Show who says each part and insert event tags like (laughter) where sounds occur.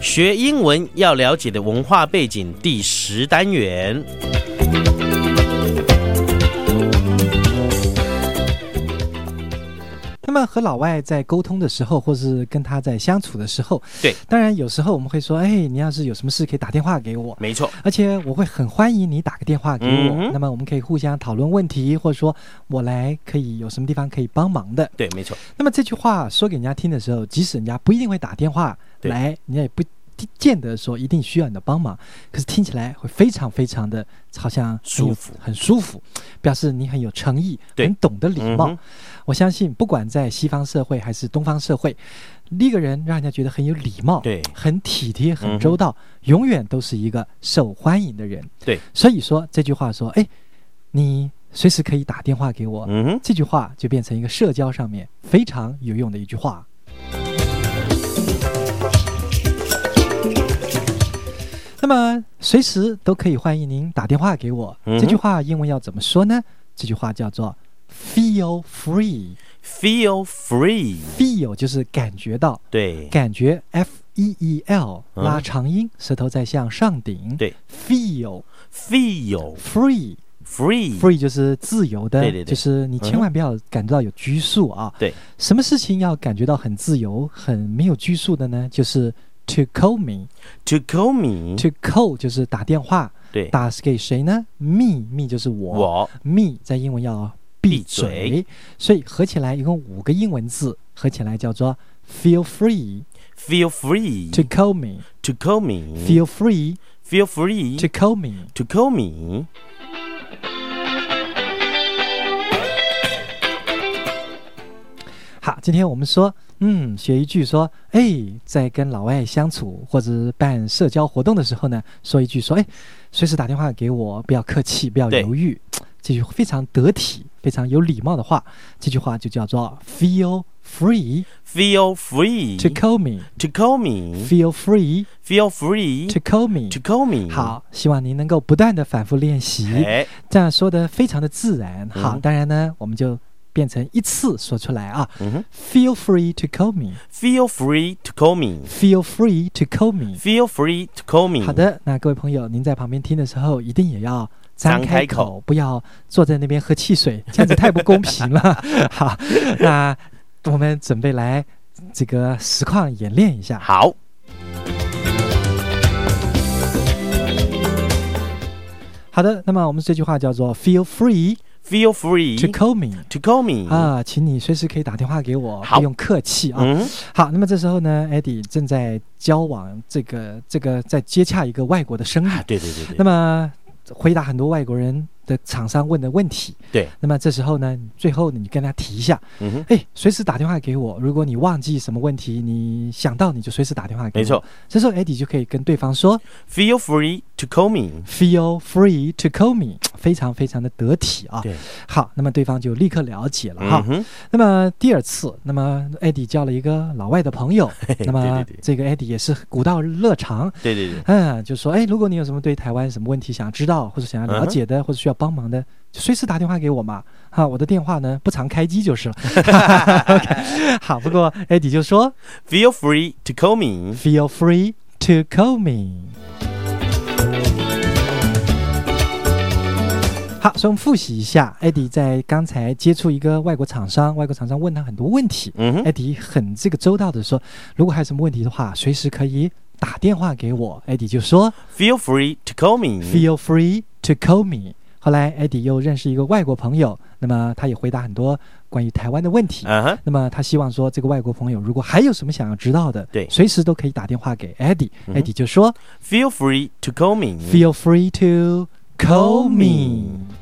Speaker 1: 学英文要了解的文化背景第十单元。
Speaker 2: 那么和老外在沟通的时候，或是跟他在相处的时候，
Speaker 1: 对，
Speaker 2: 当然有时候我们会说，哎，你要是有什么事可以打电话给我，
Speaker 1: 没错，
Speaker 2: 而且我会很欢迎你打个电话给我。
Speaker 1: 嗯哼
Speaker 2: 那么我们可以互相讨论问题，或者说我来可以有什么地方可以帮忙的。
Speaker 1: 对，没错，
Speaker 2: 那么这句话说给人家听的时候，即使人家不一定会打电话
Speaker 1: 对
Speaker 2: 来，人家也不见得说一定需要你的帮忙，可是听起来会非常非常的好像很有
Speaker 1: 舒服
Speaker 2: 很舒服，表示你很有诚意，
Speaker 1: 对
Speaker 2: 很懂得礼貌。
Speaker 1: 嗯哼
Speaker 2: 我相信，不管在西方社会还是东方社会，一个人让人家觉得很有礼貌，
Speaker 1: 对嗯
Speaker 2: 很体贴、很周到，永远都是一个受欢迎的人。
Speaker 1: 对，
Speaker 2: 所以说这句话说，哎，你随时可以打电话给我，
Speaker 1: 嗯哼，
Speaker 2: 这句话就变成一个社交上面非常有用的一句话。那么随时都可以欢迎您打电话给我。
Speaker 1: 嗯哼
Speaker 2: 这句话英文要怎么说呢？这句话叫做 “feel free”。
Speaker 1: feel free，
Speaker 2: feel 就是感觉到，
Speaker 1: 对
Speaker 2: 感觉 f e e l
Speaker 1: 嗯
Speaker 2: 拉长音，舌头在向上顶。
Speaker 1: 对
Speaker 2: ，feel
Speaker 1: ，feel
Speaker 2: free。
Speaker 1: free，
Speaker 2: free 就是自由的，
Speaker 1: 嗯对对对嗯
Speaker 2: 就是你千万不要感觉到有拘束啊。
Speaker 1: 对，
Speaker 2: 什么事情要感觉到很自由、很没有拘束的呢？就是 to call me，to
Speaker 1: to call me，
Speaker 2: call 就是打电话，
Speaker 1: 对，
Speaker 2: 打给谁呢？me，me 就是我
Speaker 1: 我
Speaker 2: ，me 在英文要闭嘴，
Speaker 1: 闭嘴
Speaker 2: 所以合起来一共五个英文字，合起来叫做 feel free
Speaker 1: feel free
Speaker 2: to call me，feel
Speaker 1: to call me，feel
Speaker 2: free
Speaker 1: free
Speaker 2: to call me。
Speaker 1: to call me。
Speaker 2: 好，今天我们说，嗯，学一句说，哎，在跟老外相处或者办社交活动的时候呢，说一句说，哎，随时打电话给我，不要客气，不要
Speaker 1: 对
Speaker 2: 犹豫，这句非常得体、非常有礼貌的话，这句话就叫做 feel free
Speaker 1: Feel free
Speaker 2: to call me。
Speaker 1: to call me.
Speaker 2: Feel free
Speaker 1: Feel free
Speaker 2: to call me
Speaker 1: to。call me.
Speaker 2: 好，希望您能够不断的反复练习，
Speaker 1: 嗯哎，
Speaker 2: 这样说的非常的自然。好，
Speaker 1: 嗯
Speaker 2: 当然呢，我们就变成一次说出来啊。
Speaker 1: 嗯哼
Speaker 2: Feel free to call me。
Speaker 1: ，Feel free to call me.
Speaker 2: Feel free to call me。
Speaker 1: Feel free to call me.
Speaker 2: 好，的，那各位朋友，您在旁边听的时候，一定也要张
Speaker 1: 张
Speaker 2: 开
Speaker 1: 开
Speaker 2: 口
Speaker 1: 口，
Speaker 2: 不要坐在那边喝汽水，这样子太不公平
Speaker 1: (laughs)
Speaker 2: 了。好，那我们准备来这个实况演练一下。
Speaker 1: 好，
Speaker 2: 好的，那么我们这句话叫做 “Feel free
Speaker 1: ，Feel
Speaker 2: to
Speaker 1: free
Speaker 2: call me”。
Speaker 1: to call me.
Speaker 2: 啊，请你随时可以打电话给我，
Speaker 1: 好
Speaker 2: 不用客气啊。
Speaker 1: 嗯
Speaker 2: 好，那么这时候呢，Eddie 正在交往这个这个在接洽一个外国的生意，
Speaker 1: 啊，对对对对，
Speaker 2: 那么回答很多外国人的厂商问的问题。
Speaker 1: 对，
Speaker 2: 那么这时候呢，最后你跟他提一下，
Speaker 1: 嗯哼，
Speaker 2: 哎，随时打电话给我。如果你忘记什么问题，你想到你就随时打电话给我。
Speaker 1: 没错，
Speaker 2: 这时候 Eddie 就可以跟对方说
Speaker 1: ，Feel free to call me。
Speaker 2: “Feel free to call me”，非常非常的得体啊。
Speaker 1: 对，
Speaker 2: 好，那么对方就立刻了解了哈。
Speaker 1: 嗯哼，
Speaker 2: 那么第二次，那么 Eddie 交了一个老外的朋友，那么
Speaker 1: (laughs) 对对对
Speaker 2: 这个 Eddie 也是古道热肠，
Speaker 1: 对对对，
Speaker 2: 嗯，就说哎，如果你有什么对台湾什么问题想知道，或者想要了解的，或者需要帮忙的，就随时打电话给我嘛。哈，我的电话呢不常开机就是了。OK，好，不过 Eddie 就说
Speaker 1: Feel free to call me.
Speaker 2: Feel free to call me。好，所以我们复习一下，Eddie 在刚才接触一个外国厂商，外国厂商问他很多问题，
Speaker 1: 嗯哼，
Speaker 2: 艾迪很这个周到的说，如果还有什么问题的话，随时可以打电话给我。艾迪就说、
Speaker 1: Feel free to call me.
Speaker 2: Feel free to call me。后来艾迪又认识一个外国朋友，那么他也回答很多关于台湾的问题。
Speaker 1: 嗯哼，
Speaker 2: 那么他希望说，这个外国朋友如果还有什么想要知道的，
Speaker 1: 对
Speaker 2: 随时都可以打电话给艾迪。
Speaker 1: 嗯哼
Speaker 2: 艾迪就说、
Speaker 1: Feel free to call me.
Speaker 2: Feel free to call
Speaker 1: Call me
Speaker 2: me。